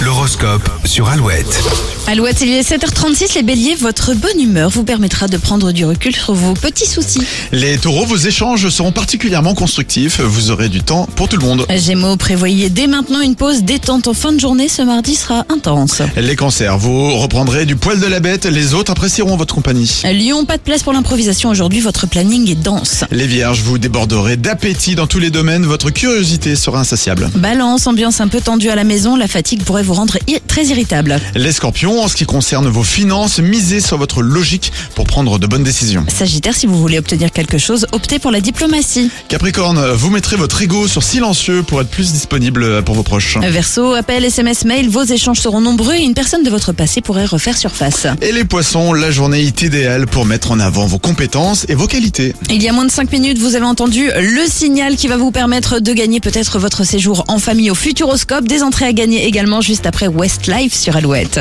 L'horoscope sur Alouette. Alouette, il est 7h36, les béliers, votre bonne humeur vous permettra de prendre du recul sur vos petits soucis. Les taureaux, vos échanges seront particulièrement constructifs. Vous aurez du temps pour tout le monde. Gémeaux, prévoyez dès maintenant une pause détente en fin de journée, ce mardi sera intense. Les cancers, vous reprendrez du poil de la bête. Les autres apprécieront votre compagnie. Lyon, pas de place pour l'improvisation aujourd'hui, votre planning est dense. Les vierges, vous déborderez d'appétit dans tous les domaines. Votre curiosité sera insatiable. Balance, ambiance un peu tendue à la maison, la fatigue pourrait vous rendre i- très irritable. Les scorpions, en ce qui concerne vos finances, misez sur votre logique pour prendre de bonnes décisions. Sagittaire, si vous voulez obtenir quelque chose, optez pour la diplomatie. Capricorne, vous mettrez votre ego sur silencieux pour être plus disponible pour vos proches. Verseau, appel, SMS, mail, vos échanges seront nombreux et une personne de votre passé pourrait refaire surface. Et les poissons, la journée est idéale pour mettre en avant vos compétences et vos qualités. Il y a moins de 5 minutes, vous avez entendu le signal qui va vous permettre de gagner peut-être votre séjour en famille au Futuroscope. Des entrées à gagner également juste après Westlife sur Alouette.